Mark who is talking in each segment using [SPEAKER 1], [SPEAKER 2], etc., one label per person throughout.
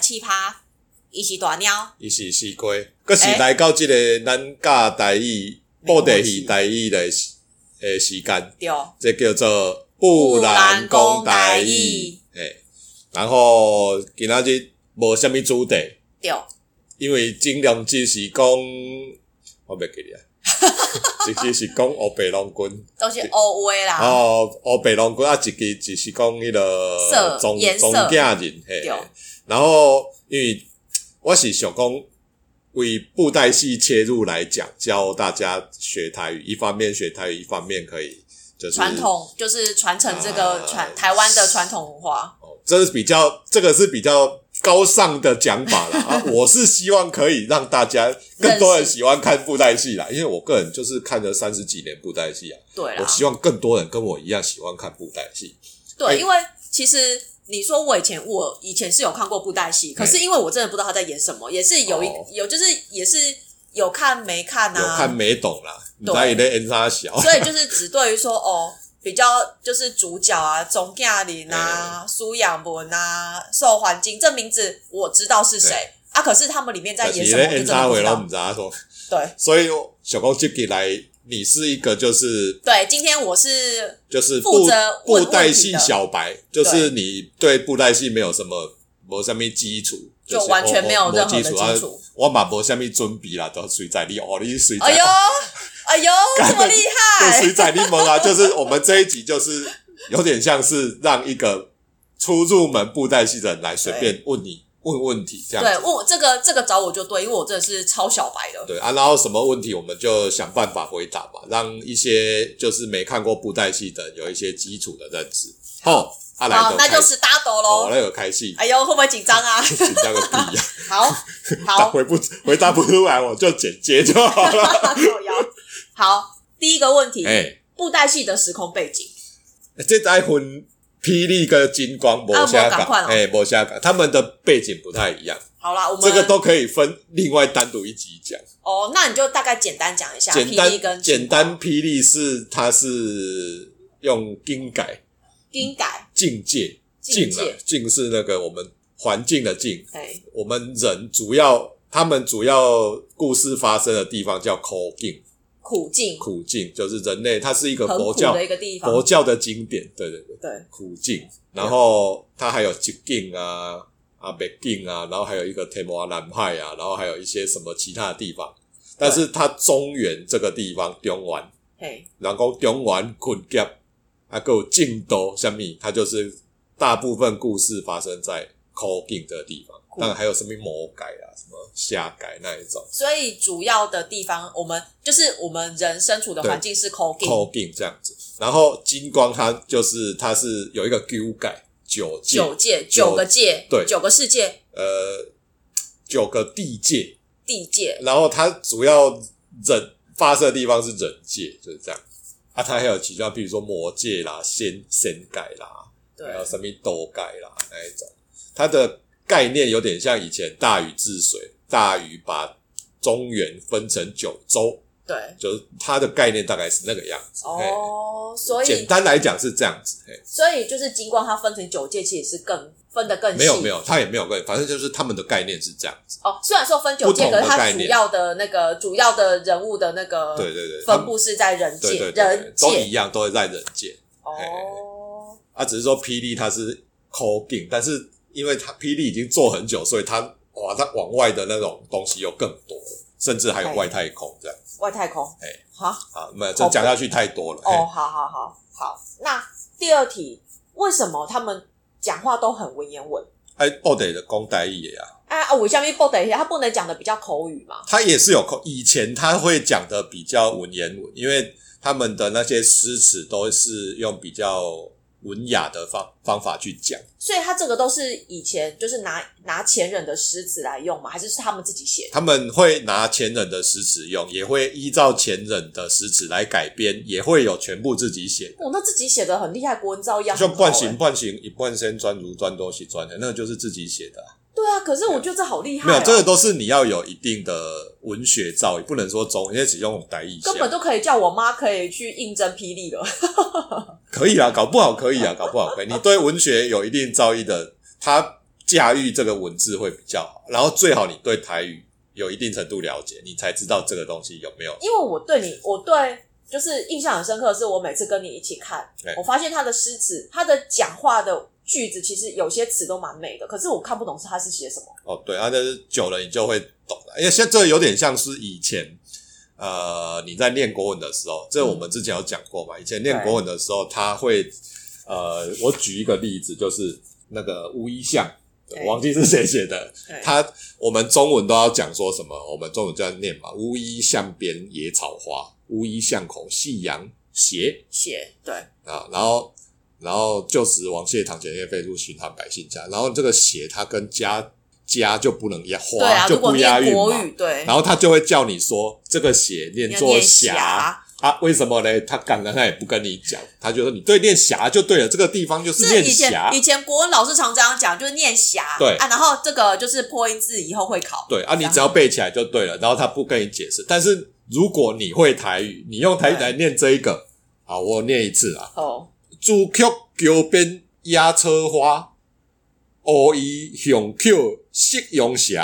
[SPEAKER 1] 七趴，伊是大猫，
[SPEAKER 2] 伊是西瓜，佮是来到即个咱教台语、布袋戏台语的诶时间，
[SPEAKER 1] 对，
[SPEAKER 2] 这叫做布兰公台语。诶，然后今仔日无虾米主题，
[SPEAKER 1] 对，
[SPEAKER 2] 因为尽量只是讲，我袂记 咧，直接是讲黑白郎君。
[SPEAKER 1] 都是乌话啦，
[SPEAKER 2] 哦，哦，白龙骨啊，一个就是讲迄
[SPEAKER 1] 色
[SPEAKER 2] 个中
[SPEAKER 1] 颜色
[SPEAKER 2] 中家人嘿
[SPEAKER 1] 对。
[SPEAKER 2] 然后，因为我是想讲，为布袋戏切入来讲，教大家学台语，一方面学台语，一方面可以就是
[SPEAKER 1] 传统就是传承这个
[SPEAKER 2] 啊
[SPEAKER 1] 传台湾的传统文化，
[SPEAKER 2] 哦，这是比较这个是比较高尚的讲法啦。 啊。我是希望可以让大家更多人
[SPEAKER 1] 认识
[SPEAKER 2] 喜欢看布袋戏啦，因为我个人就是看了三十几年布袋戏啊，
[SPEAKER 1] 对啦
[SPEAKER 2] 我，希望更多人跟我一样喜欢看布袋戏。哎
[SPEAKER 1] 对，因为其实你说我以前我以前是有看过布袋戏，可是因为我真的不知道他在演什么，也是有一
[SPEAKER 2] 嗯哦
[SPEAKER 1] 有就是也是有看没看
[SPEAKER 2] 有
[SPEAKER 1] 啊，
[SPEAKER 2] 看没懂啦，你
[SPEAKER 1] 对
[SPEAKER 2] 哪里在 N 叉小？
[SPEAKER 1] 所以就是只对于说哦，比较就是主角啊，钟亚林
[SPEAKER 2] 嗯
[SPEAKER 1] 啊、苏养文啊、受环境这名字我知道是谁啊，可是他们里面在
[SPEAKER 2] 但是
[SPEAKER 1] 演
[SPEAKER 2] 你
[SPEAKER 1] 什
[SPEAKER 2] 在
[SPEAKER 1] 么，我就
[SPEAKER 2] N
[SPEAKER 1] 真的不知道
[SPEAKER 2] 叉回都唔。知道说，
[SPEAKER 1] 对
[SPEAKER 2] 所以小公就给来，你是一个就是
[SPEAKER 1] 对，今天我是
[SPEAKER 2] 就是
[SPEAKER 1] 负
[SPEAKER 2] 布
[SPEAKER 1] 责问
[SPEAKER 2] 布袋戏
[SPEAKER 1] 问题的
[SPEAKER 2] 小白，就是你对布袋戏没有什么没什么基础，
[SPEAKER 1] 就是完全没有
[SPEAKER 2] 我我
[SPEAKER 1] 任何的
[SPEAKER 2] 没
[SPEAKER 1] 基
[SPEAKER 2] 基础。啊
[SPEAKER 1] 础。
[SPEAKER 2] 我嘛无虾米准备啦，都水在你哦，你水在
[SPEAKER 1] 哎 呦，哎呦，
[SPEAKER 2] 干
[SPEAKER 1] 这么厉
[SPEAKER 2] 对，
[SPEAKER 1] 害！
[SPEAKER 2] 水仔柠檬 啊，就是我们这一集就是有点像是让一个初入门布袋戏的人来随便问你问问题这样子
[SPEAKER 1] 对，问我这个这个找我就对，因为我真的是超小白的。
[SPEAKER 2] 对啊，然后什么问题我们就想办法回答嘛，让一些就是没看过布袋戏的人有一些基础的认识。好，阿来
[SPEAKER 1] 好
[SPEAKER 2] 的，
[SPEAKER 1] 那
[SPEAKER 2] 开
[SPEAKER 1] 就
[SPEAKER 2] 戏，
[SPEAKER 1] 是搭斗
[SPEAKER 2] 好，
[SPEAKER 1] 喽。
[SPEAKER 2] 那有 开戏，
[SPEAKER 1] 哎呦，会不会紧张 啊？
[SPEAKER 2] 紧张个屁呀！
[SPEAKER 1] 好，好，
[SPEAKER 2] 回不回答不出来，我就剪接就好 了。
[SPEAKER 1] 靠腰。好，第一个问题，
[SPEAKER 2] 哎，
[SPEAKER 1] 布袋戏的时空背景。
[SPEAKER 2] 这台魂霹雳跟金光魔虾
[SPEAKER 1] 啊没
[SPEAKER 2] 港
[SPEAKER 1] 同款，哦
[SPEAKER 2] 哎，魔虾港，他们的背景不太一样，
[SPEAKER 1] 好啦，我们
[SPEAKER 2] 这个都可以分另外单独一集讲。
[SPEAKER 1] 哦，那你就大概简单讲一下
[SPEAKER 2] 简
[SPEAKER 1] 霹雳
[SPEAKER 2] 单
[SPEAKER 1] 跟
[SPEAKER 2] 简单，霹雳是它是用金改
[SPEAKER 1] 音改，
[SPEAKER 2] 境界，
[SPEAKER 1] 境
[SPEAKER 2] 境
[SPEAKER 1] 界
[SPEAKER 2] 啊，境是那个我们环境的境，
[SPEAKER 1] 哎，
[SPEAKER 2] 我们人主要他们主要故事发生的地方叫口境，
[SPEAKER 1] 苦境，
[SPEAKER 2] 苦境就是人类，它是一个
[SPEAKER 1] 很
[SPEAKER 2] 佛
[SPEAKER 1] 苦
[SPEAKER 2] 教
[SPEAKER 1] 的一个地方
[SPEAKER 2] 佛，教的经典，对对对，
[SPEAKER 1] 对，
[SPEAKER 2] 苦境，然后它还有极境啊。啊，北境啊，然后还有一个天摩南派啊，然后还有一些什么其他的地方，但是它中原这个地方，中原
[SPEAKER 1] 嘿，
[SPEAKER 2] 然后中原困夹，啊，还有晋都，什么？它就是大部分故事发生在口境这个地方，
[SPEAKER 1] 酷
[SPEAKER 2] 当然还有什么魔改啊，什么虾改那一种
[SPEAKER 1] 所以主要的地方，我们就是我们人身处的环境是口境，
[SPEAKER 2] 口境这样子。然后金光它就是它是有一个 Q 改九界，
[SPEAKER 1] 九界，
[SPEAKER 2] 九
[SPEAKER 1] 九个界，
[SPEAKER 2] 对
[SPEAKER 1] 九个世界，
[SPEAKER 2] 呃九个地界，
[SPEAKER 1] 地界，
[SPEAKER 2] 然后它主要人发射的地方是人界，就是这样。啊，它还有其他，比如说魔界啦、仙仙改啦，
[SPEAKER 1] 对
[SPEAKER 2] 还，有什么斗改啦那一种，它的概念有点像以前大禹治水，大禹把中原分成九州，
[SPEAKER 1] 对，
[SPEAKER 2] 就是它的概念大概是那个样子。嘿
[SPEAKER 1] 哦，所
[SPEAKER 2] 简
[SPEAKER 1] 以
[SPEAKER 2] 单来讲是这样子，嘿
[SPEAKER 1] 所以就是金光它分成九界，其实是更分的更细，
[SPEAKER 2] 没有没有，它也没有跟，反正就是他们的概念是这样子。
[SPEAKER 1] 哦，虽然说分九界，
[SPEAKER 2] 不
[SPEAKER 1] 可
[SPEAKER 2] 同的
[SPEAKER 1] 是它
[SPEAKER 2] 概
[SPEAKER 1] 主
[SPEAKER 2] 念
[SPEAKER 1] 要的那个主要的人物的那个
[SPEAKER 2] 对对对，他
[SPEAKER 1] 呃分
[SPEAKER 2] 们
[SPEAKER 1] 布是在人
[SPEAKER 2] 对
[SPEAKER 1] 界，
[SPEAKER 2] 对对对
[SPEAKER 1] 人
[SPEAKER 2] 都一
[SPEAKER 1] 界
[SPEAKER 2] 样，都是在人界。
[SPEAKER 1] 哦，
[SPEAKER 2] 啊，只是说霹雳它是 c 定，但是因为它霹雳已经做很久，所以它哇，它往外的那种东西又更多了，甚至还有外太空这样。
[SPEAKER 1] 外太空，
[SPEAKER 2] 哎
[SPEAKER 1] 好
[SPEAKER 2] 啊，那这讲下去太多了。
[SPEAKER 1] 哦，
[SPEAKER 2] 嘿
[SPEAKER 1] 好好好好。那第二题，为什么他们讲话都很文言文？
[SPEAKER 2] 哎，布袋的公代语啊，
[SPEAKER 1] 啊啊，我下面报等一下，他不能讲的比较口语嘛？
[SPEAKER 2] 它也是有口，以前它会讲的比较文言文，因为他们的那些诗词都是用比较文雅的方方法去讲。
[SPEAKER 1] 所以他这个都是以前就是拿拿前人的诗词来用嘛，还是是他们自己写的？
[SPEAKER 2] 他们会拿前人的诗词用，也会依照前人的诗词来改编，也会有全部自己写
[SPEAKER 1] 哦，那自己写的很厉害，国文造诣
[SPEAKER 2] 就
[SPEAKER 1] 很高、
[SPEAKER 2] 半
[SPEAKER 1] 欸
[SPEAKER 2] 行。半行一半身专如专都是专的，那个就是自己写的啊、
[SPEAKER 1] 对啊，可是我觉得这好厉害、
[SPEAKER 2] 没
[SPEAKER 1] 哦
[SPEAKER 2] 有，这个都是你要有一定的文学造诣，不能说中，因为只用台语写啊
[SPEAKER 1] 根本都可以叫我妈可以去应征霹雳了。
[SPEAKER 2] 可以啊，搞不好可以啊，搞不好可以。你对文学有一定造诣的，他驾驭这个文字会比较好。然后最好你对台语有一定程度了解，你才知道这个东西有没有
[SPEAKER 1] 因为我对你，我对就是印象很深刻的是，我每次跟你一起看
[SPEAKER 2] 对，
[SPEAKER 1] 我发现他的诗词，他的讲话的句子，其实有些词都蛮美的，可是我看不懂是他是写什么。
[SPEAKER 2] 哦。对，啊，但是久了你就会懂了，因为现在这有点像是以前。呃，你在练国文的时候，这我们之前有讲过嘛？以前练国文的时候，他会，呃，我举一个例子，就是那个乌衣巷，
[SPEAKER 1] 对
[SPEAKER 2] 我忘记是谁写的，
[SPEAKER 1] 对
[SPEAKER 2] 他我们中文都要讲说什么？我们中文就要念嘛，乌衣巷边野草花，乌衣巷口夕阳斜
[SPEAKER 1] 写对
[SPEAKER 2] 啊，然后然后旧时王谢堂前燕飞入寻常百姓家，然后这个斜它跟家家就不能押
[SPEAKER 1] 对
[SPEAKER 2] 花、
[SPEAKER 1] 啊，
[SPEAKER 2] 就
[SPEAKER 1] 如果
[SPEAKER 2] 不押
[SPEAKER 1] 念
[SPEAKER 2] 韵
[SPEAKER 1] 国
[SPEAKER 2] 嘛，
[SPEAKER 1] 语对，
[SPEAKER 2] 然后他就会叫你说这个斜念
[SPEAKER 1] 你要
[SPEAKER 2] 作
[SPEAKER 1] 念
[SPEAKER 2] 霞。啊，为什么嘞？他刚刚他也不跟你讲，他就说你对念霞就对了，这个地方就是
[SPEAKER 1] 是
[SPEAKER 2] 念
[SPEAKER 1] 以前
[SPEAKER 2] 霞
[SPEAKER 1] 以，前国文老师常这样讲，就是念霞，
[SPEAKER 2] 对
[SPEAKER 1] 啊，然后这个就是破音字，以后会考，
[SPEAKER 2] 对啊，你只要背起来就对了。然后他不跟你解释，但是如果你会台语，你用台语来念这一个，好，我念一次啊。
[SPEAKER 1] 哦，
[SPEAKER 2] 朱曲桥边压车花，乌衣向口夕阳斜，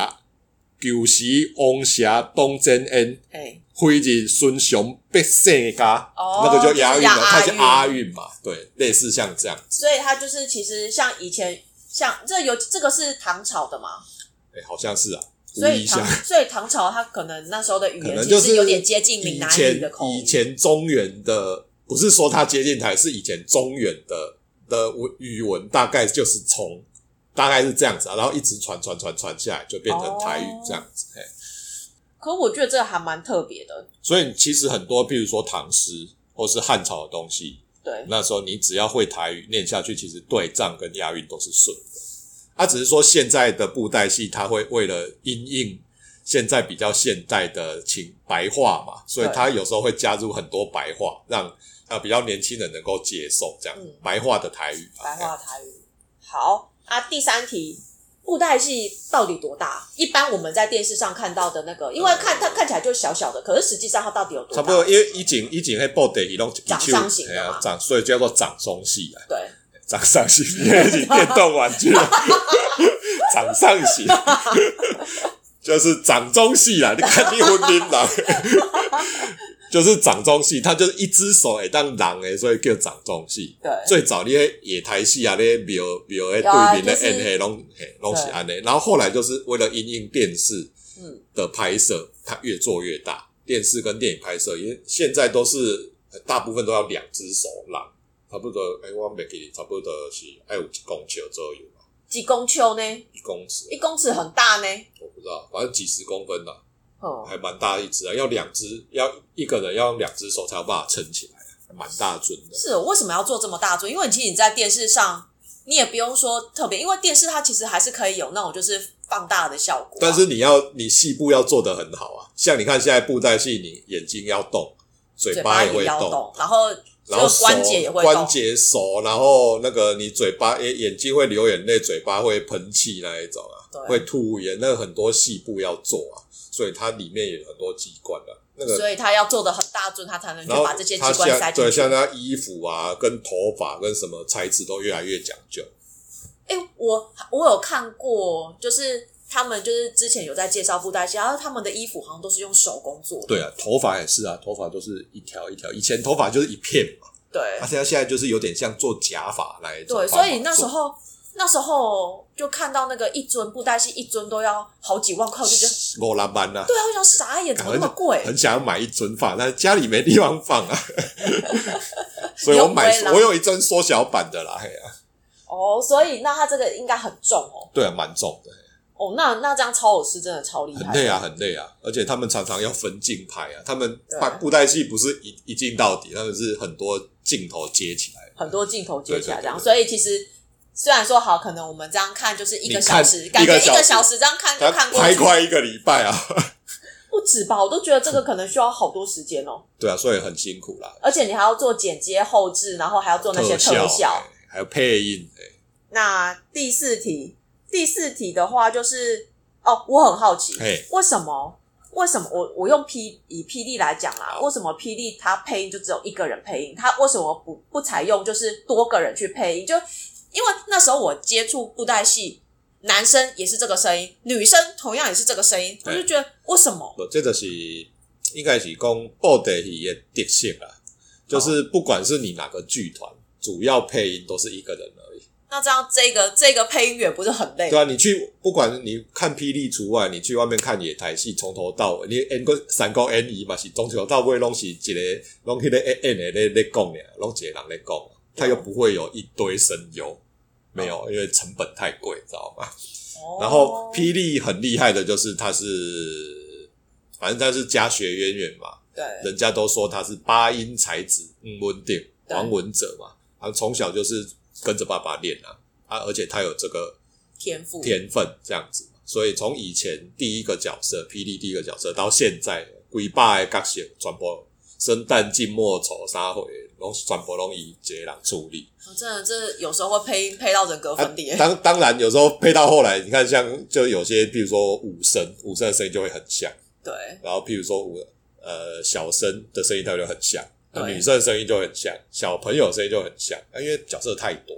[SPEAKER 2] 旧时王霞东真恩，
[SPEAKER 1] 哎，
[SPEAKER 2] 挥日孙雄百姓家。
[SPEAKER 1] 哦
[SPEAKER 2] 那个就押韵
[SPEAKER 1] 就
[SPEAKER 2] 了，
[SPEAKER 1] 是押
[SPEAKER 2] 它是
[SPEAKER 1] 押韵
[SPEAKER 2] 押韵嘛，对，类似像这样子，
[SPEAKER 1] 所以他就是其实像以前像这有这个是唐朝的嘛，
[SPEAKER 2] 哎、好像是啊，
[SPEAKER 1] 所
[SPEAKER 2] 无
[SPEAKER 1] 以
[SPEAKER 2] 意下
[SPEAKER 1] 唐所以唐朝他可能那时候的语
[SPEAKER 2] 可
[SPEAKER 1] 言
[SPEAKER 2] 能
[SPEAKER 1] 其
[SPEAKER 2] 就
[SPEAKER 1] 实
[SPEAKER 2] 是
[SPEAKER 1] 有点接近
[SPEAKER 2] 以
[SPEAKER 1] 闽南语的
[SPEAKER 2] 前
[SPEAKER 1] 口
[SPEAKER 2] 以
[SPEAKER 1] 音，
[SPEAKER 2] 前中原的，不是说它接近台，是以前中原的的文语文大概就是从大概是这样子啊，然后一直传传传传下来，就变成台语
[SPEAKER 1] 哦
[SPEAKER 2] 这样子。嘿
[SPEAKER 1] 可我觉得这个还蛮特别的，
[SPEAKER 2] 所以其实很多，譬如说唐诗或是汉朝的东西，
[SPEAKER 1] 对，
[SPEAKER 2] 那时候你只要会台语念下去，其实对仗跟押韵都是顺的。他、只是说现在的布袋戏，它会为了因应现在比较现代的情白话嘛，所以
[SPEAKER 1] 对
[SPEAKER 2] 它有时候会加入很多白话，让啊比较年轻人能够接受这样、
[SPEAKER 1] 嗯
[SPEAKER 2] 白话的台语。
[SPEAKER 1] 白话台语。好啊，第三题，布袋戏到底多大？一般我们在电视上看到的那个，因为看它看起来就小小的，可是实际上它到底有多大？
[SPEAKER 2] 差不多，因为以前以前那布袋戏拢一
[SPEAKER 1] 掌上型的嘛
[SPEAKER 2] 哎呀掌，所以叫做掌中戏啊，
[SPEAKER 1] 对，
[SPEAKER 2] 掌上戏，你也是电动玩具啊，掌上戏。就是掌中戏啦，你看你昏晕啦，就是掌中戏，它就是一只手会当人诶，所以叫掌中戏。
[SPEAKER 1] 对
[SPEAKER 2] 最早你迄野台戏啊，咧庙庙诶
[SPEAKER 1] 有啊
[SPEAKER 2] 对面的
[SPEAKER 1] 就是
[SPEAKER 2] 演黑拢嘿拢是安尼，然后后来就是为了因应电视
[SPEAKER 1] 嗯
[SPEAKER 2] 的拍摄，它越做越大。电视跟电影拍摄，因为现在都是呃大部分都要两只手人，差不多诶、我袂记得差不多是爱有一公尺左右嘛，
[SPEAKER 1] 几公丘呢？
[SPEAKER 2] 一公尺
[SPEAKER 1] 一公尺很大呢。
[SPEAKER 2] 我不知道，反正几十公分啦、
[SPEAKER 1] 哦，
[SPEAKER 2] 还蛮大一只啊，要两只，要一个人要用两只手才有办法撑起来，还蛮大尊的。
[SPEAKER 1] 是哦为什么要做这么大尊？因为其实你在电视上，你也不用说特别，因为电视它其实还是可以有那种就是放大的效果啊、
[SPEAKER 2] 但是你要你戏部要做得很好啊，像你看现在布袋戏，你眼睛要动，嘴
[SPEAKER 1] 嘴
[SPEAKER 2] 巴
[SPEAKER 1] 也
[SPEAKER 2] 会
[SPEAKER 1] 要
[SPEAKER 2] 动，，
[SPEAKER 1] 然后
[SPEAKER 2] 然后
[SPEAKER 1] 就
[SPEAKER 2] 手
[SPEAKER 1] 关节也会动
[SPEAKER 2] 关节手，然后那个你嘴巴眼眼睛会流眼泪，嘴巴会喷气那一种啊，
[SPEAKER 1] 对
[SPEAKER 2] 会吐烟，那个很多戏部要做啊，所以它里面有很多机关啊，那个
[SPEAKER 1] 所以他要做的很大尊，他才能去
[SPEAKER 2] 然后
[SPEAKER 1] 把这些机
[SPEAKER 2] 他
[SPEAKER 1] 关
[SPEAKER 2] 像
[SPEAKER 1] 塞进
[SPEAKER 2] 对，
[SPEAKER 1] 去。
[SPEAKER 2] 像他衣服啊、跟头发、跟什么材质都越来越讲究。
[SPEAKER 1] 哎、我我有看过，就是他们就是之前有在介绍布袋戏，然后他们的衣服好像都是用手工做的。
[SPEAKER 2] 对啊，头发也是啊，头发都是一条一条，以前头发就是一片嘛，
[SPEAKER 1] 对
[SPEAKER 2] 啊，现在现在就是有点像做假发来种
[SPEAKER 1] 对，
[SPEAKER 2] 帮忙做。
[SPEAKER 1] 所以那时候那时候就看到那个一尊布袋戏一尊都要好几万块，我就觉得
[SPEAKER 2] 我拉班啊，
[SPEAKER 1] 对啊，我想傻眼，怎么那么贵？
[SPEAKER 2] 很想要买一尊放，但是家里没地方放 啊，所以我买
[SPEAKER 1] 你用微
[SPEAKER 2] 我有一尊缩小版的啦，嘿啊，
[SPEAKER 1] 哦，所以那它这个应该很重哦。
[SPEAKER 2] 对啊，蛮重的，
[SPEAKER 1] 哦，那那这样超偶师真的超厉害
[SPEAKER 2] 很，累啊，很累啊，而且他们常常要分镜拍啊，他们
[SPEAKER 1] 对
[SPEAKER 2] 拍布袋戏不是一一镜到底，他们是很多镜头接起来。
[SPEAKER 1] 很多镜头接起来这样，
[SPEAKER 2] 对对对对
[SPEAKER 1] 所以其实。虽然说好，可能我们这样看就是一个
[SPEAKER 2] 你
[SPEAKER 1] 小
[SPEAKER 2] 看
[SPEAKER 1] 时，感
[SPEAKER 2] 一
[SPEAKER 1] 觉
[SPEAKER 2] 个
[SPEAKER 1] 一
[SPEAKER 2] 小时
[SPEAKER 1] 个小时这样看就
[SPEAKER 2] 他
[SPEAKER 1] 看过
[SPEAKER 2] 拍
[SPEAKER 1] 去，
[SPEAKER 2] 快一个礼拜啊，
[SPEAKER 1] 不止吧？我都觉得这个可能需要好多时间哦、
[SPEAKER 2] 对啊，所以很辛苦啦。
[SPEAKER 1] 而且你还要做剪接、后置，然后还要做那些特效。
[SPEAKER 2] 哎还有配音，哎
[SPEAKER 1] 那第四题，第四题的话就是哦，我很好奇
[SPEAKER 2] 嘿，
[SPEAKER 1] 为什么？为什么我我用霹以霹雳来讲啦？
[SPEAKER 2] 好
[SPEAKER 1] 为什么霹雳它配音就只有一个人配音？它为什么不不采用就是多个人去配音？就因为那时候我接触布袋戏，男生也是这个声音，女生同样也是这个声音，我
[SPEAKER 2] 对
[SPEAKER 1] 就觉得为什么？
[SPEAKER 2] 这就是应该是讲布袋戏的特性啊，就是
[SPEAKER 1] 哦
[SPEAKER 2] 不管是你哪个剧团，主要配音都是一个人而已。
[SPEAKER 1] 那这样这个这个配音员不是很累
[SPEAKER 2] 对？啊，你去不管你看霹雳除外，你去外面看野台戏，从头到尾，你 N 个三个 N 一嘛是从头到尾拢是一个拢迄个 N N 的咧咧讲俩，拢一个人咧讲，啊他又不会有一堆声优，没有，因为成本太贵，知道吗？
[SPEAKER 1] 哦
[SPEAKER 2] 然后霹雳很厉害的就是他是，反正他是家学渊源嘛，
[SPEAKER 1] 对
[SPEAKER 2] 人家都说他是八音才子，嗯，文鼎
[SPEAKER 1] 对
[SPEAKER 2] 王文哲嘛，他从小就是跟着爸爸练啊，啊，而且他有这个
[SPEAKER 1] 天赋
[SPEAKER 2] 天分这样子嘛，所以从以前第一个角色霹雳第一个角色到现在，几百个角色全部生旦净末丑杀回，拢全部拢以一个人处理。
[SPEAKER 1] 哦真的，这有时候会配音配到人格
[SPEAKER 2] 啊
[SPEAKER 1] 分裂，
[SPEAKER 2] 当当然有时候配到后来，你看像就有些，譬如说武生，武生的声音就会很像。
[SPEAKER 1] 对
[SPEAKER 2] 然后譬如说我呃小生的声音，它就很像；
[SPEAKER 1] 对
[SPEAKER 2] 女生的声音就很像，小朋友的声音就很像。啊因为角色太多，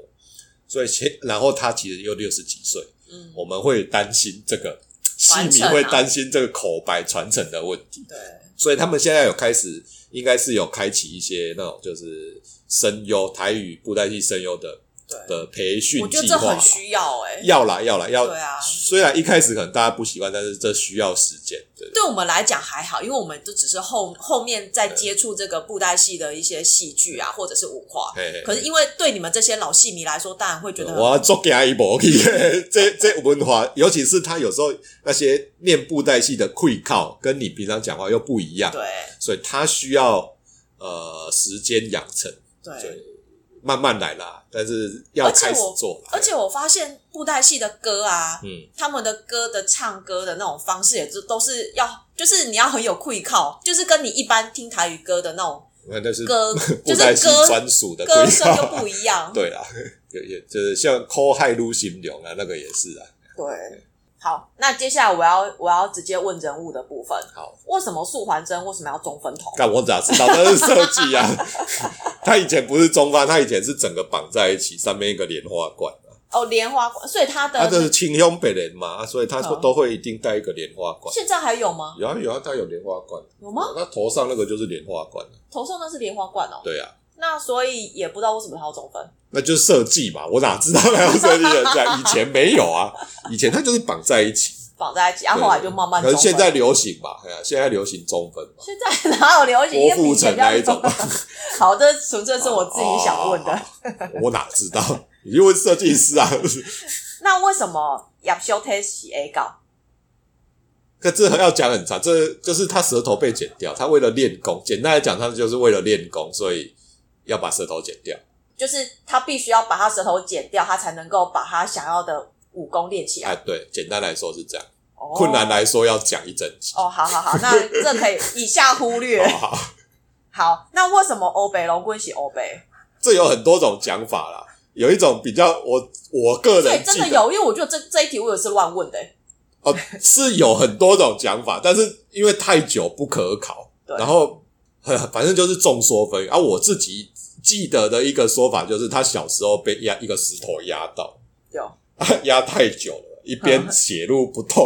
[SPEAKER 2] 所以其然后他其实又六十几岁，
[SPEAKER 1] 嗯
[SPEAKER 2] 我们会担心这个戏
[SPEAKER 1] 传
[SPEAKER 2] 迷
[SPEAKER 1] 承啊
[SPEAKER 2] 会担心这个口白传承的问题，
[SPEAKER 1] 对
[SPEAKER 2] 所以他们现在有开始，应该是有开启一些那种就是声优台语布袋戏声优的
[SPEAKER 1] 对，
[SPEAKER 2] 的培训
[SPEAKER 1] 我觉得
[SPEAKER 2] 计
[SPEAKER 1] 这
[SPEAKER 2] 划
[SPEAKER 1] 很
[SPEAKER 2] 啦。
[SPEAKER 1] 需要哎，
[SPEAKER 2] 要啦，要啦，要。
[SPEAKER 1] 对啊
[SPEAKER 2] 虽然一开始可能大家不习惯，但是这需要时间。对，
[SPEAKER 1] 对我们来讲还好，因为我们都只是后后面在接触这个布袋戏的一些戏剧啊，或者是舞跨。
[SPEAKER 2] 嘿嘿
[SPEAKER 1] 可是因为对你们这些老戏迷来说，当然会觉得很
[SPEAKER 2] 我要做给他一波 去，这这文化，尤其是他有时候那些念布袋戏的会靠，跟你平常讲话又不一样，
[SPEAKER 1] 对
[SPEAKER 2] 所以他需要呃时间养成，
[SPEAKER 1] 对。
[SPEAKER 2] 对，慢慢来啦，但是要
[SPEAKER 1] 而且
[SPEAKER 2] 开始
[SPEAKER 1] 我
[SPEAKER 2] 做啦，
[SPEAKER 1] 而且我发现布袋戏的歌啊，
[SPEAKER 2] 嗯，
[SPEAKER 1] 他们的歌的唱歌的那种方式，也是都是要，就是你要很有愧靠，就是跟你一般听台语歌的那种
[SPEAKER 2] 那但是
[SPEAKER 1] 歌，
[SPEAKER 2] 布
[SPEAKER 1] 就
[SPEAKER 2] 袋
[SPEAKER 1] 是
[SPEAKER 2] 戏
[SPEAKER 1] 歌
[SPEAKER 2] 专属的
[SPEAKER 1] 歌
[SPEAKER 2] 会
[SPEAKER 1] 声就
[SPEAKER 2] 靠，
[SPEAKER 1] 不一样。
[SPEAKER 2] 对啦，也也就是像《抠害撸心流》啊，那个也是啊，
[SPEAKER 1] 对，好，那接下来我要我要直接问人物的部分，
[SPEAKER 2] 好。
[SPEAKER 1] 为什么素还真为什么要中分头？
[SPEAKER 2] 但我咋知道那是设计啊？ 他以前不是中翻，他以前是整个绑在一起，上面一个莲花冠啊。
[SPEAKER 1] 哦，莲花冠，所以他的、
[SPEAKER 2] 他啊这是清乡北人嘛，啊所以他
[SPEAKER 1] 哦
[SPEAKER 2] 都会一定带一个莲花冠。
[SPEAKER 1] 现在还有吗？
[SPEAKER 2] 有啊有啊，他有莲花冠，
[SPEAKER 1] 有吗？
[SPEAKER 2] 他头上那个就是莲花冠啊。
[SPEAKER 1] 头上那是莲花冠哦，
[SPEAKER 2] 对啊，
[SPEAKER 1] 那所以也不知道为什么他要中分。
[SPEAKER 2] 那就是设计嘛，我哪知道他要设计人家？以前没有 啊，以前他就是绑在一起，
[SPEAKER 1] 绑在一起，然、啊后
[SPEAKER 2] 对
[SPEAKER 1] 后来就慢慢
[SPEAKER 2] 可
[SPEAKER 1] 中
[SPEAKER 2] 是
[SPEAKER 1] 分。
[SPEAKER 2] 现在流行嘛，哎呀，现在流行中分嘛，
[SPEAKER 1] 现在哪有流行？
[SPEAKER 2] 郭富城那一种
[SPEAKER 1] 因为以前比较 好，这纯粹是我自己想问的。
[SPEAKER 2] 哦我哪知道？你就问设计师啊。
[SPEAKER 1] 那为什么亚修特喜 A 稿？
[SPEAKER 2] 可这要讲很长，这就是他舌头被剪掉，他为了练功。简单来讲，他就是为了练功，所以要把舌头剪掉。
[SPEAKER 1] 就是他必须要把他舌头剪掉，他才能够把他想要的武功练起来。
[SPEAKER 2] 哎，对，简单来说是这样。
[SPEAKER 1] 哦
[SPEAKER 2] 困难啊来说要讲一整集。
[SPEAKER 1] 哦，好好好， 那这可以以下忽略。
[SPEAKER 2] 好好，
[SPEAKER 1] 好，那为什么欧北龙棍喜欧北？
[SPEAKER 2] 这有很多种讲法啦。有一种比较，我我个
[SPEAKER 1] 所以
[SPEAKER 2] 人
[SPEAKER 1] 真
[SPEAKER 2] 记
[SPEAKER 1] 的
[SPEAKER 2] 得
[SPEAKER 1] 有，因为我觉得这这一题我也是乱问的、欸
[SPEAKER 2] 哦，是有很多种讲法，但是因为太久不可考，
[SPEAKER 1] 对
[SPEAKER 2] 然后呵反正就是众说纷纭。啊，我自己记得的一个说法就是，他小时候被压一个石头压到，
[SPEAKER 1] 有
[SPEAKER 2] 压太久了，一边血路不 通，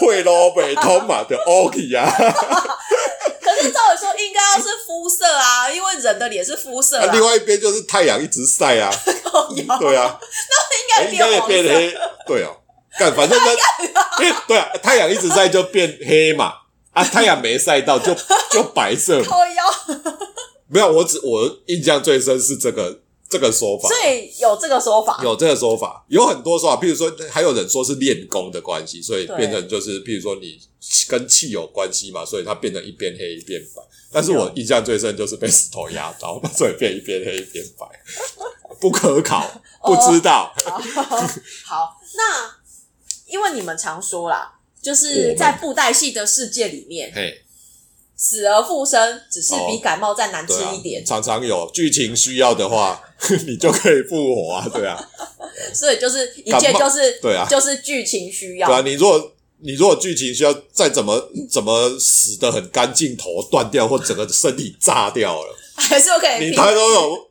[SPEAKER 2] 会咯北通嘛的 OK 啊，
[SPEAKER 1] 可是照理说应该要是肤色啊，因为人的脸是肤色、啊哦
[SPEAKER 2] 啊另外一边就是太阳一直晒 啊，
[SPEAKER 1] 靠腰
[SPEAKER 2] 对啊，
[SPEAKER 1] 那应
[SPEAKER 2] 哎应
[SPEAKER 1] 该变
[SPEAKER 2] 该也
[SPEAKER 1] 黄
[SPEAKER 2] 变
[SPEAKER 1] 色。
[SPEAKER 2] 黑，对哦，干反正它，因为对啊，太阳一直晒就变黑嘛，啊，太阳没晒到 就就白色嘛，
[SPEAKER 1] 靠腰，
[SPEAKER 2] 没有，我只我印象最深是这个这个说法
[SPEAKER 1] 所。以有这个说法。
[SPEAKER 2] 有这个说法，有很多说法，譬如说，还有人说是练功的关系，所以
[SPEAKER 1] 对
[SPEAKER 2] 变成就是，譬如说你跟气有关系嘛，所以它变成一边黑一边白。但是我印象最深就是被石头压到，所以变一边黑一边白，不可考，
[SPEAKER 1] 哦
[SPEAKER 2] 不知道。
[SPEAKER 1] 好，那因为你们常说啦，就
[SPEAKER 2] 我
[SPEAKER 1] 是
[SPEAKER 2] 们
[SPEAKER 1] 在布袋戏的世界里面，
[SPEAKER 2] 嘿，
[SPEAKER 1] 死而复生只是比
[SPEAKER 2] 哦
[SPEAKER 1] 感冒再难吃
[SPEAKER 2] 对啊
[SPEAKER 1] 一点，，
[SPEAKER 2] 常常有剧情需要的话， 你就可以复 活啊，对啊，
[SPEAKER 1] 所以就是一切
[SPEAKER 2] 感冒
[SPEAKER 1] 就是
[SPEAKER 2] 对啊
[SPEAKER 1] 就是剧情需要
[SPEAKER 2] 对。啊。你如果你如果剧情需要再怎么怎么死的很干净，头断掉或整个身体炸掉了。
[SPEAKER 1] 还是有可以
[SPEAKER 2] 你
[SPEAKER 1] 拼
[SPEAKER 2] 他都有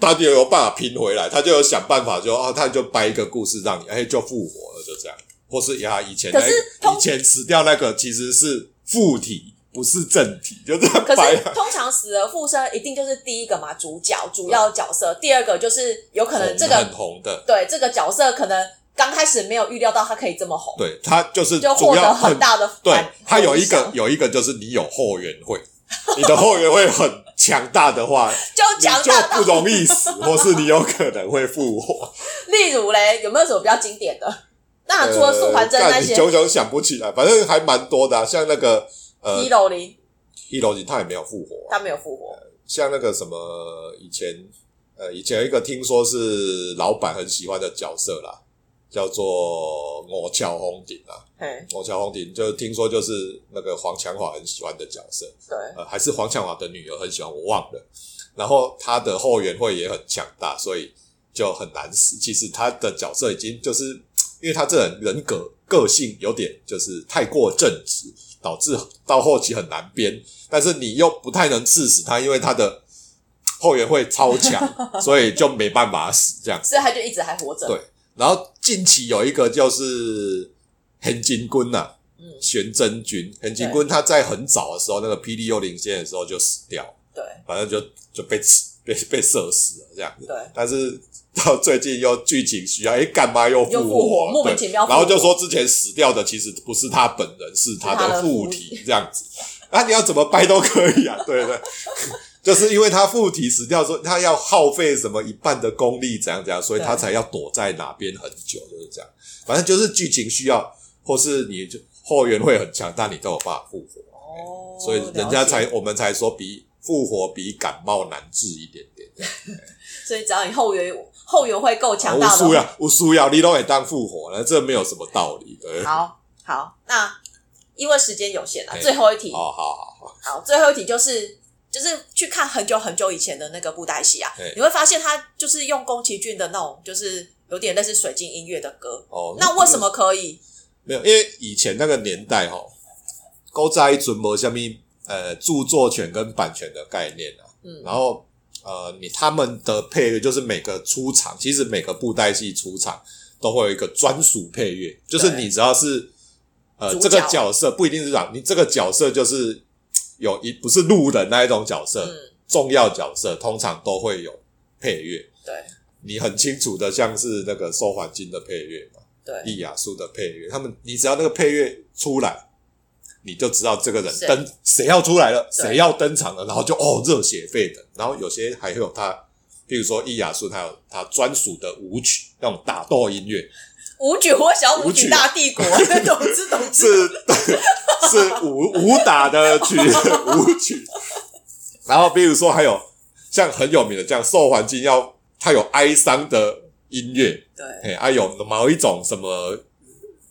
[SPEAKER 2] 他就有办法拼回来，他就有想办法就啊，他就掰一个故事让你，哎，就复活了，就这样。或是呀，以前
[SPEAKER 1] 可
[SPEAKER 2] 那
[SPEAKER 1] 是通
[SPEAKER 2] 以前死掉那个其实是附体，不是正体，就这样
[SPEAKER 1] 可
[SPEAKER 2] 掰
[SPEAKER 1] 是
[SPEAKER 2] 啊。
[SPEAKER 1] 通常死而复生，一定就是第一个嘛，主角主要角色，第二个就是有可能这
[SPEAKER 2] 红的很
[SPEAKER 1] 个
[SPEAKER 2] 红的，
[SPEAKER 1] 对这个角色可能刚开始没有预料到他可以这么红，
[SPEAKER 2] 对他就是
[SPEAKER 1] 就获
[SPEAKER 2] 主
[SPEAKER 1] 得
[SPEAKER 2] 要
[SPEAKER 1] 很大的
[SPEAKER 2] 对
[SPEAKER 1] 反
[SPEAKER 2] 他有一个
[SPEAKER 1] 反响
[SPEAKER 2] 有一个就是你有后援会， 你的后援会很强大的 话，
[SPEAKER 1] 就
[SPEAKER 2] 你
[SPEAKER 1] 讲
[SPEAKER 2] 就
[SPEAKER 1] 到
[SPEAKER 2] 不容易死，或是你有可能会 复活。
[SPEAKER 1] 例如嘞，有没有什么比较经典的？那除了素还真
[SPEAKER 2] 呃
[SPEAKER 1] 那
[SPEAKER 2] 干
[SPEAKER 1] 些
[SPEAKER 2] 你，久久想不起来，反正还蛮多的啊、像那个呃
[SPEAKER 1] 一楼零
[SPEAKER 2] 一楼级他也没有复活啊、
[SPEAKER 1] 他没有复活，
[SPEAKER 2] 像那个什么以前呃以前有一个听说是老板很喜欢的角色啦，叫做我乔红顶啊，
[SPEAKER 1] 嘿，
[SPEAKER 2] 我乔红顶就听说就是那个黄强华很喜欢的角色，
[SPEAKER 1] 对，
[SPEAKER 2] 呃，还是黄强华的女儿很喜欢，我忘了。然后他的后援会也很强大，所以就很难死。其实他的角色已经就是，因为他这人人格个性有点就是太过正直，导致到后期很难编。但是你又不太能刺死他，因为他的后援会超强，所以就没办法死这样。
[SPEAKER 1] 所以他就一直还活着，
[SPEAKER 2] 对然后近期有一个就是黑金君呐、
[SPEAKER 1] 嗯
[SPEAKER 2] 玄真君，黑金君他在很早的时候，那个霹雳幽灵仙的时候就死掉了，
[SPEAKER 1] 对
[SPEAKER 2] 反正就就被刺 被被射死了这样子。
[SPEAKER 1] 对，
[SPEAKER 2] 但是到最近又剧情需要，哎，干嘛又
[SPEAKER 1] 又
[SPEAKER 2] 复
[SPEAKER 1] 复活
[SPEAKER 2] 活？
[SPEAKER 1] 莫名
[SPEAKER 2] 对
[SPEAKER 1] 其妙复活
[SPEAKER 2] 然后就说之前死掉的其实不是他本人，是他
[SPEAKER 1] 是他的
[SPEAKER 2] 的
[SPEAKER 1] 附
[SPEAKER 2] 附
[SPEAKER 1] 体
[SPEAKER 2] 体这样子。啊，你要怎么掰都可以啊，对不 对？就是因为他附体死掉，说他要耗费什么一半的功力，怎样怎样，所以他
[SPEAKER 1] 对
[SPEAKER 2] 才要躲在哪边很久，就是这样。反正就是剧情需要，或是你就后援会很强大，你都有办法复活，
[SPEAKER 1] 哦，
[SPEAKER 2] 所以人家
[SPEAKER 1] 了
[SPEAKER 2] 才
[SPEAKER 1] 解，
[SPEAKER 2] 我们才说比复活比感冒难治一点点。
[SPEAKER 1] 所以只要你后援后援会够强
[SPEAKER 2] 啊无
[SPEAKER 1] 大的
[SPEAKER 2] 需
[SPEAKER 1] 话，
[SPEAKER 2] 要，无需要，你都会当复活了，这没有什么道理。对，
[SPEAKER 1] 好好，那因为时间有限啊，
[SPEAKER 2] 哎
[SPEAKER 1] 最后一题，
[SPEAKER 2] 好好好，
[SPEAKER 1] 好，最后一题就是就是去看很久很久以前的那个布袋戏啊
[SPEAKER 2] 对，
[SPEAKER 1] 你会发现他就是用宫崎骏的那种，就是有点类似水晶音乐的歌。
[SPEAKER 2] 哦，
[SPEAKER 1] 那为什么可以？
[SPEAKER 2] 没有？因为以前那个年代哈，勾在准没下面呃著作权跟版权的概念啊，
[SPEAKER 1] 嗯
[SPEAKER 2] 然后呃你他们的配乐就是每个出场，其实每个布袋戏出场都会有一个专属配乐，就是
[SPEAKER 1] 对
[SPEAKER 2] 你只要是呃
[SPEAKER 1] 主角
[SPEAKER 2] 这个角色不一定是长，你这个角色就是有一不是路人那一种角色，
[SPEAKER 1] 嗯，
[SPEAKER 2] 重要角色通常都会有配乐。
[SPEAKER 1] 对
[SPEAKER 2] 你很清楚的，像是那个收环境的配乐嘛，
[SPEAKER 1] 对，
[SPEAKER 2] 易雅苏的配乐，他们你只要那个配乐出来，你就知道这个人
[SPEAKER 1] 谁
[SPEAKER 2] 登谁要出来了，
[SPEAKER 1] 对
[SPEAKER 2] 谁要登场了，然后就哦热血沸腾，然后有些还会有他，比如说易雅苏，他有他专属的舞曲，那种打斗音乐
[SPEAKER 1] 舞曲或小舞
[SPEAKER 2] 舞
[SPEAKER 1] 曲
[SPEAKER 2] 曲
[SPEAKER 1] 大 帝国，懂之懂
[SPEAKER 2] 啊是
[SPEAKER 1] 之。
[SPEAKER 2] 是武武打的曲 舞曲，然后比如说还有像很有名的，像受环境要他有哀伤的音乐，
[SPEAKER 1] 对，
[SPEAKER 2] 哎，啊有某一种什么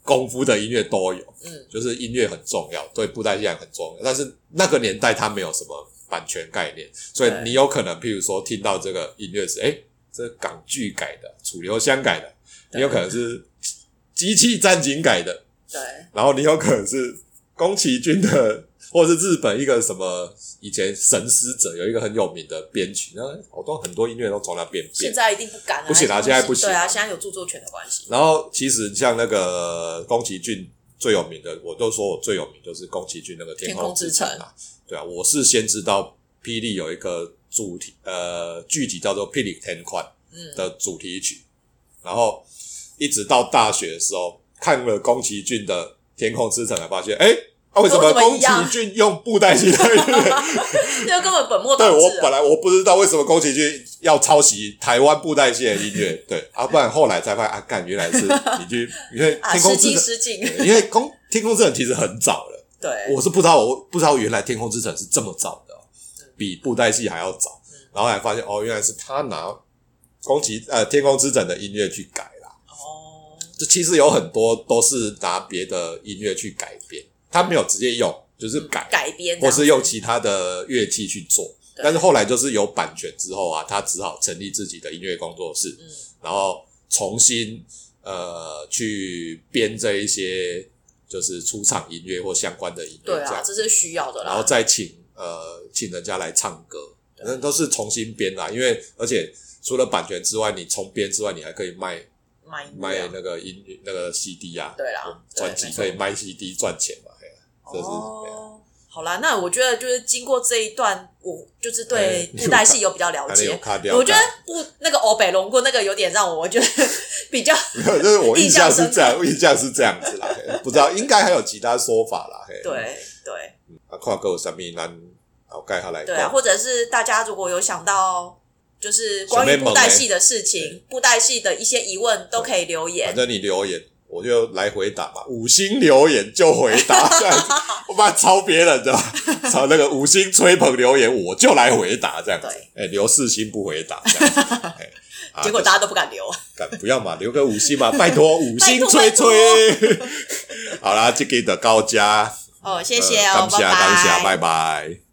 [SPEAKER 2] 功夫的音乐都有，
[SPEAKER 1] 嗯，
[SPEAKER 2] 就是音乐很重要，对布袋戏来很重要。但是那个年代它没有什么版权概念，所以
[SPEAKER 1] 对
[SPEAKER 2] 你有可能，譬如说听到这个音乐是，哎、这港剧改的，楚留香改的，
[SPEAKER 1] 对
[SPEAKER 2] 你有可能是机器战警改的，
[SPEAKER 1] 对
[SPEAKER 2] 然后你有可能是宫崎骏的，或者是日本一个什么以前神师者有一个很有名的编曲，那好多很多音乐都从那边变
[SPEAKER 1] 现。在一定不敢啊，
[SPEAKER 2] 不行
[SPEAKER 1] 因
[SPEAKER 2] 啊
[SPEAKER 1] 为
[SPEAKER 2] 现在不行
[SPEAKER 1] 对啊，现在有著作权的关系。
[SPEAKER 2] 然后其实像那个宫崎骏最有名的，我都说我最有名就是宫崎骏那个《
[SPEAKER 1] 天空
[SPEAKER 2] 空
[SPEAKER 1] 之
[SPEAKER 2] 城》
[SPEAKER 1] 城
[SPEAKER 2] 啊，对啊，我是先知道霹雳有一个主题呃剧集叫做《霹雳天宽》
[SPEAKER 1] 嗯，
[SPEAKER 2] 的主题曲，然后一直到大学的时候看了宫崎骏的《天空之城》，才发现哎。诶啊为什
[SPEAKER 1] 为
[SPEAKER 2] 么
[SPEAKER 1] 什么一
[SPEAKER 2] 宫崎
[SPEAKER 1] 样
[SPEAKER 2] 骏用布袋戏来演？
[SPEAKER 1] 这根本本末
[SPEAKER 2] 对
[SPEAKER 1] 倒
[SPEAKER 2] 我
[SPEAKER 1] 置
[SPEAKER 2] 本
[SPEAKER 1] 啊。
[SPEAKER 2] 来我不知道为什么宫崎骏要抄袭台湾布袋戏的音乐，对啊，不然后来才发现啊，干原来是 你去，因为
[SPEAKER 1] 啊，
[SPEAKER 2] 天空
[SPEAKER 1] 失
[SPEAKER 2] 之
[SPEAKER 1] 敬
[SPEAKER 2] 城，
[SPEAKER 1] 失敬。
[SPEAKER 2] 对因为空天空之城其实很早了，
[SPEAKER 1] 对，
[SPEAKER 2] 我是不知道，我不知道原来天空之城是这么早的哦，比布袋戏还要早，然后才发现哦，原来是他拿宫崎呃天空之城的音乐去改啦，
[SPEAKER 1] 哦，
[SPEAKER 2] 这其实有很多都是拿别的音乐去改编，他没有直接用，就是改。
[SPEAKER 1] 改编这
[SPEAKER 2] 或
[SPEAKER 1] 样，
[SPEAKER 2] 是用其他的乐器去做。
[SPEAKER 1] 对
[SPEAKER 2] 但是后来就是有版权之后啊，他只好成立自己的音乐工作室，
[SPEAKER 1] 嗯
[SPEAKER 2] 然后重新呃去编这一些就是出场音乐或相关的音乐
[SPEAKER 1] 对
[SPEAKER 2] 这
[SPEAKER 1] 啊，
[SPEAKER 2] 样，
[SPEAKER 1] 这是需要的啦。
[SPEAKER 2] 然后再请呃请人家来唱歌。
[SPEAKER 1] 对
[SPEAKER 2] 那都是重新编啦。因为而且除了版权之外，你重编之外，你还可以卖
[SPEAKER 1] 卖音
[SPEAKER 2] 卖
[SPEAKER 1] 乐
[SPEAKER 2] 那个音那个 CD 啊，
[SPEAKER 1] 嗯对啦
[SPEAKER 2] 专辑
[SPEAKER 1] 对
[SPEAKER 2] 可以卖 CD 赚钱嘛，嘿啊这是嘿
[SPEAKER 1] 哦，好啦，那我觉得就是经过这一段，我就是对
[SPEAKER 2] 哎你有
[SPEAKER 1] 布袋戏有比较了
[SPEAKER 2] 哪里有
[SPEAKER 1] 解。
[SPEAKER 2] 卡掉？
[SPEAKER 1] 我觉得不那个欧北龙过那个有点让我觉得比较
[SPEAKER 2] 没有， 就是我印象是这
[SPEAKER 1] 印象深
[SPEAKER 2] 样，我印象是这样子啦，嘿不知道应该还有其他说法啦。嘿，
[SPEAKER 1] 对对
[SPEAKER 2] 啊，看够有什么咱后盖下来
[SPEAKER 1] 对啊，
[SPEAKER 2] 讲。
[SPEAKER 1] 或者是大家如果有想到就是关于
[SPEAKER 2] 小妹
[SPEAKER 1] 布
[SPEAKER 2] 们
[SPEAKER 1] 袋
[SPEAKER 2] 欸
[SPEAKER 1] 戏的事情、布袋戏的一些疑问都可以留言
[SPEAKER 2] 反。正你留言，我就来回答嘛。五星留言就回 答，这样子我把它抄别人的，抄那个五星吹捧留言，我就来回答这样子。哎、留四星不回答，这样子。哎啊
[SPEAKER 1] 结果大家都不敢留，
[SPEAKER 2] 敢不要嘛，留个五 星嘛，拜托五星吹 吹。好啦，这个的高家，
[SPEAKER 1] 哦，谢谢
[SPEAKER 2] 呃
[SPEAKER 1] 哦，
[SPEAKER 2] 感谢啊
[SPEAKER 1] 拜
[SPEAKER 2] 感谢，拜拜。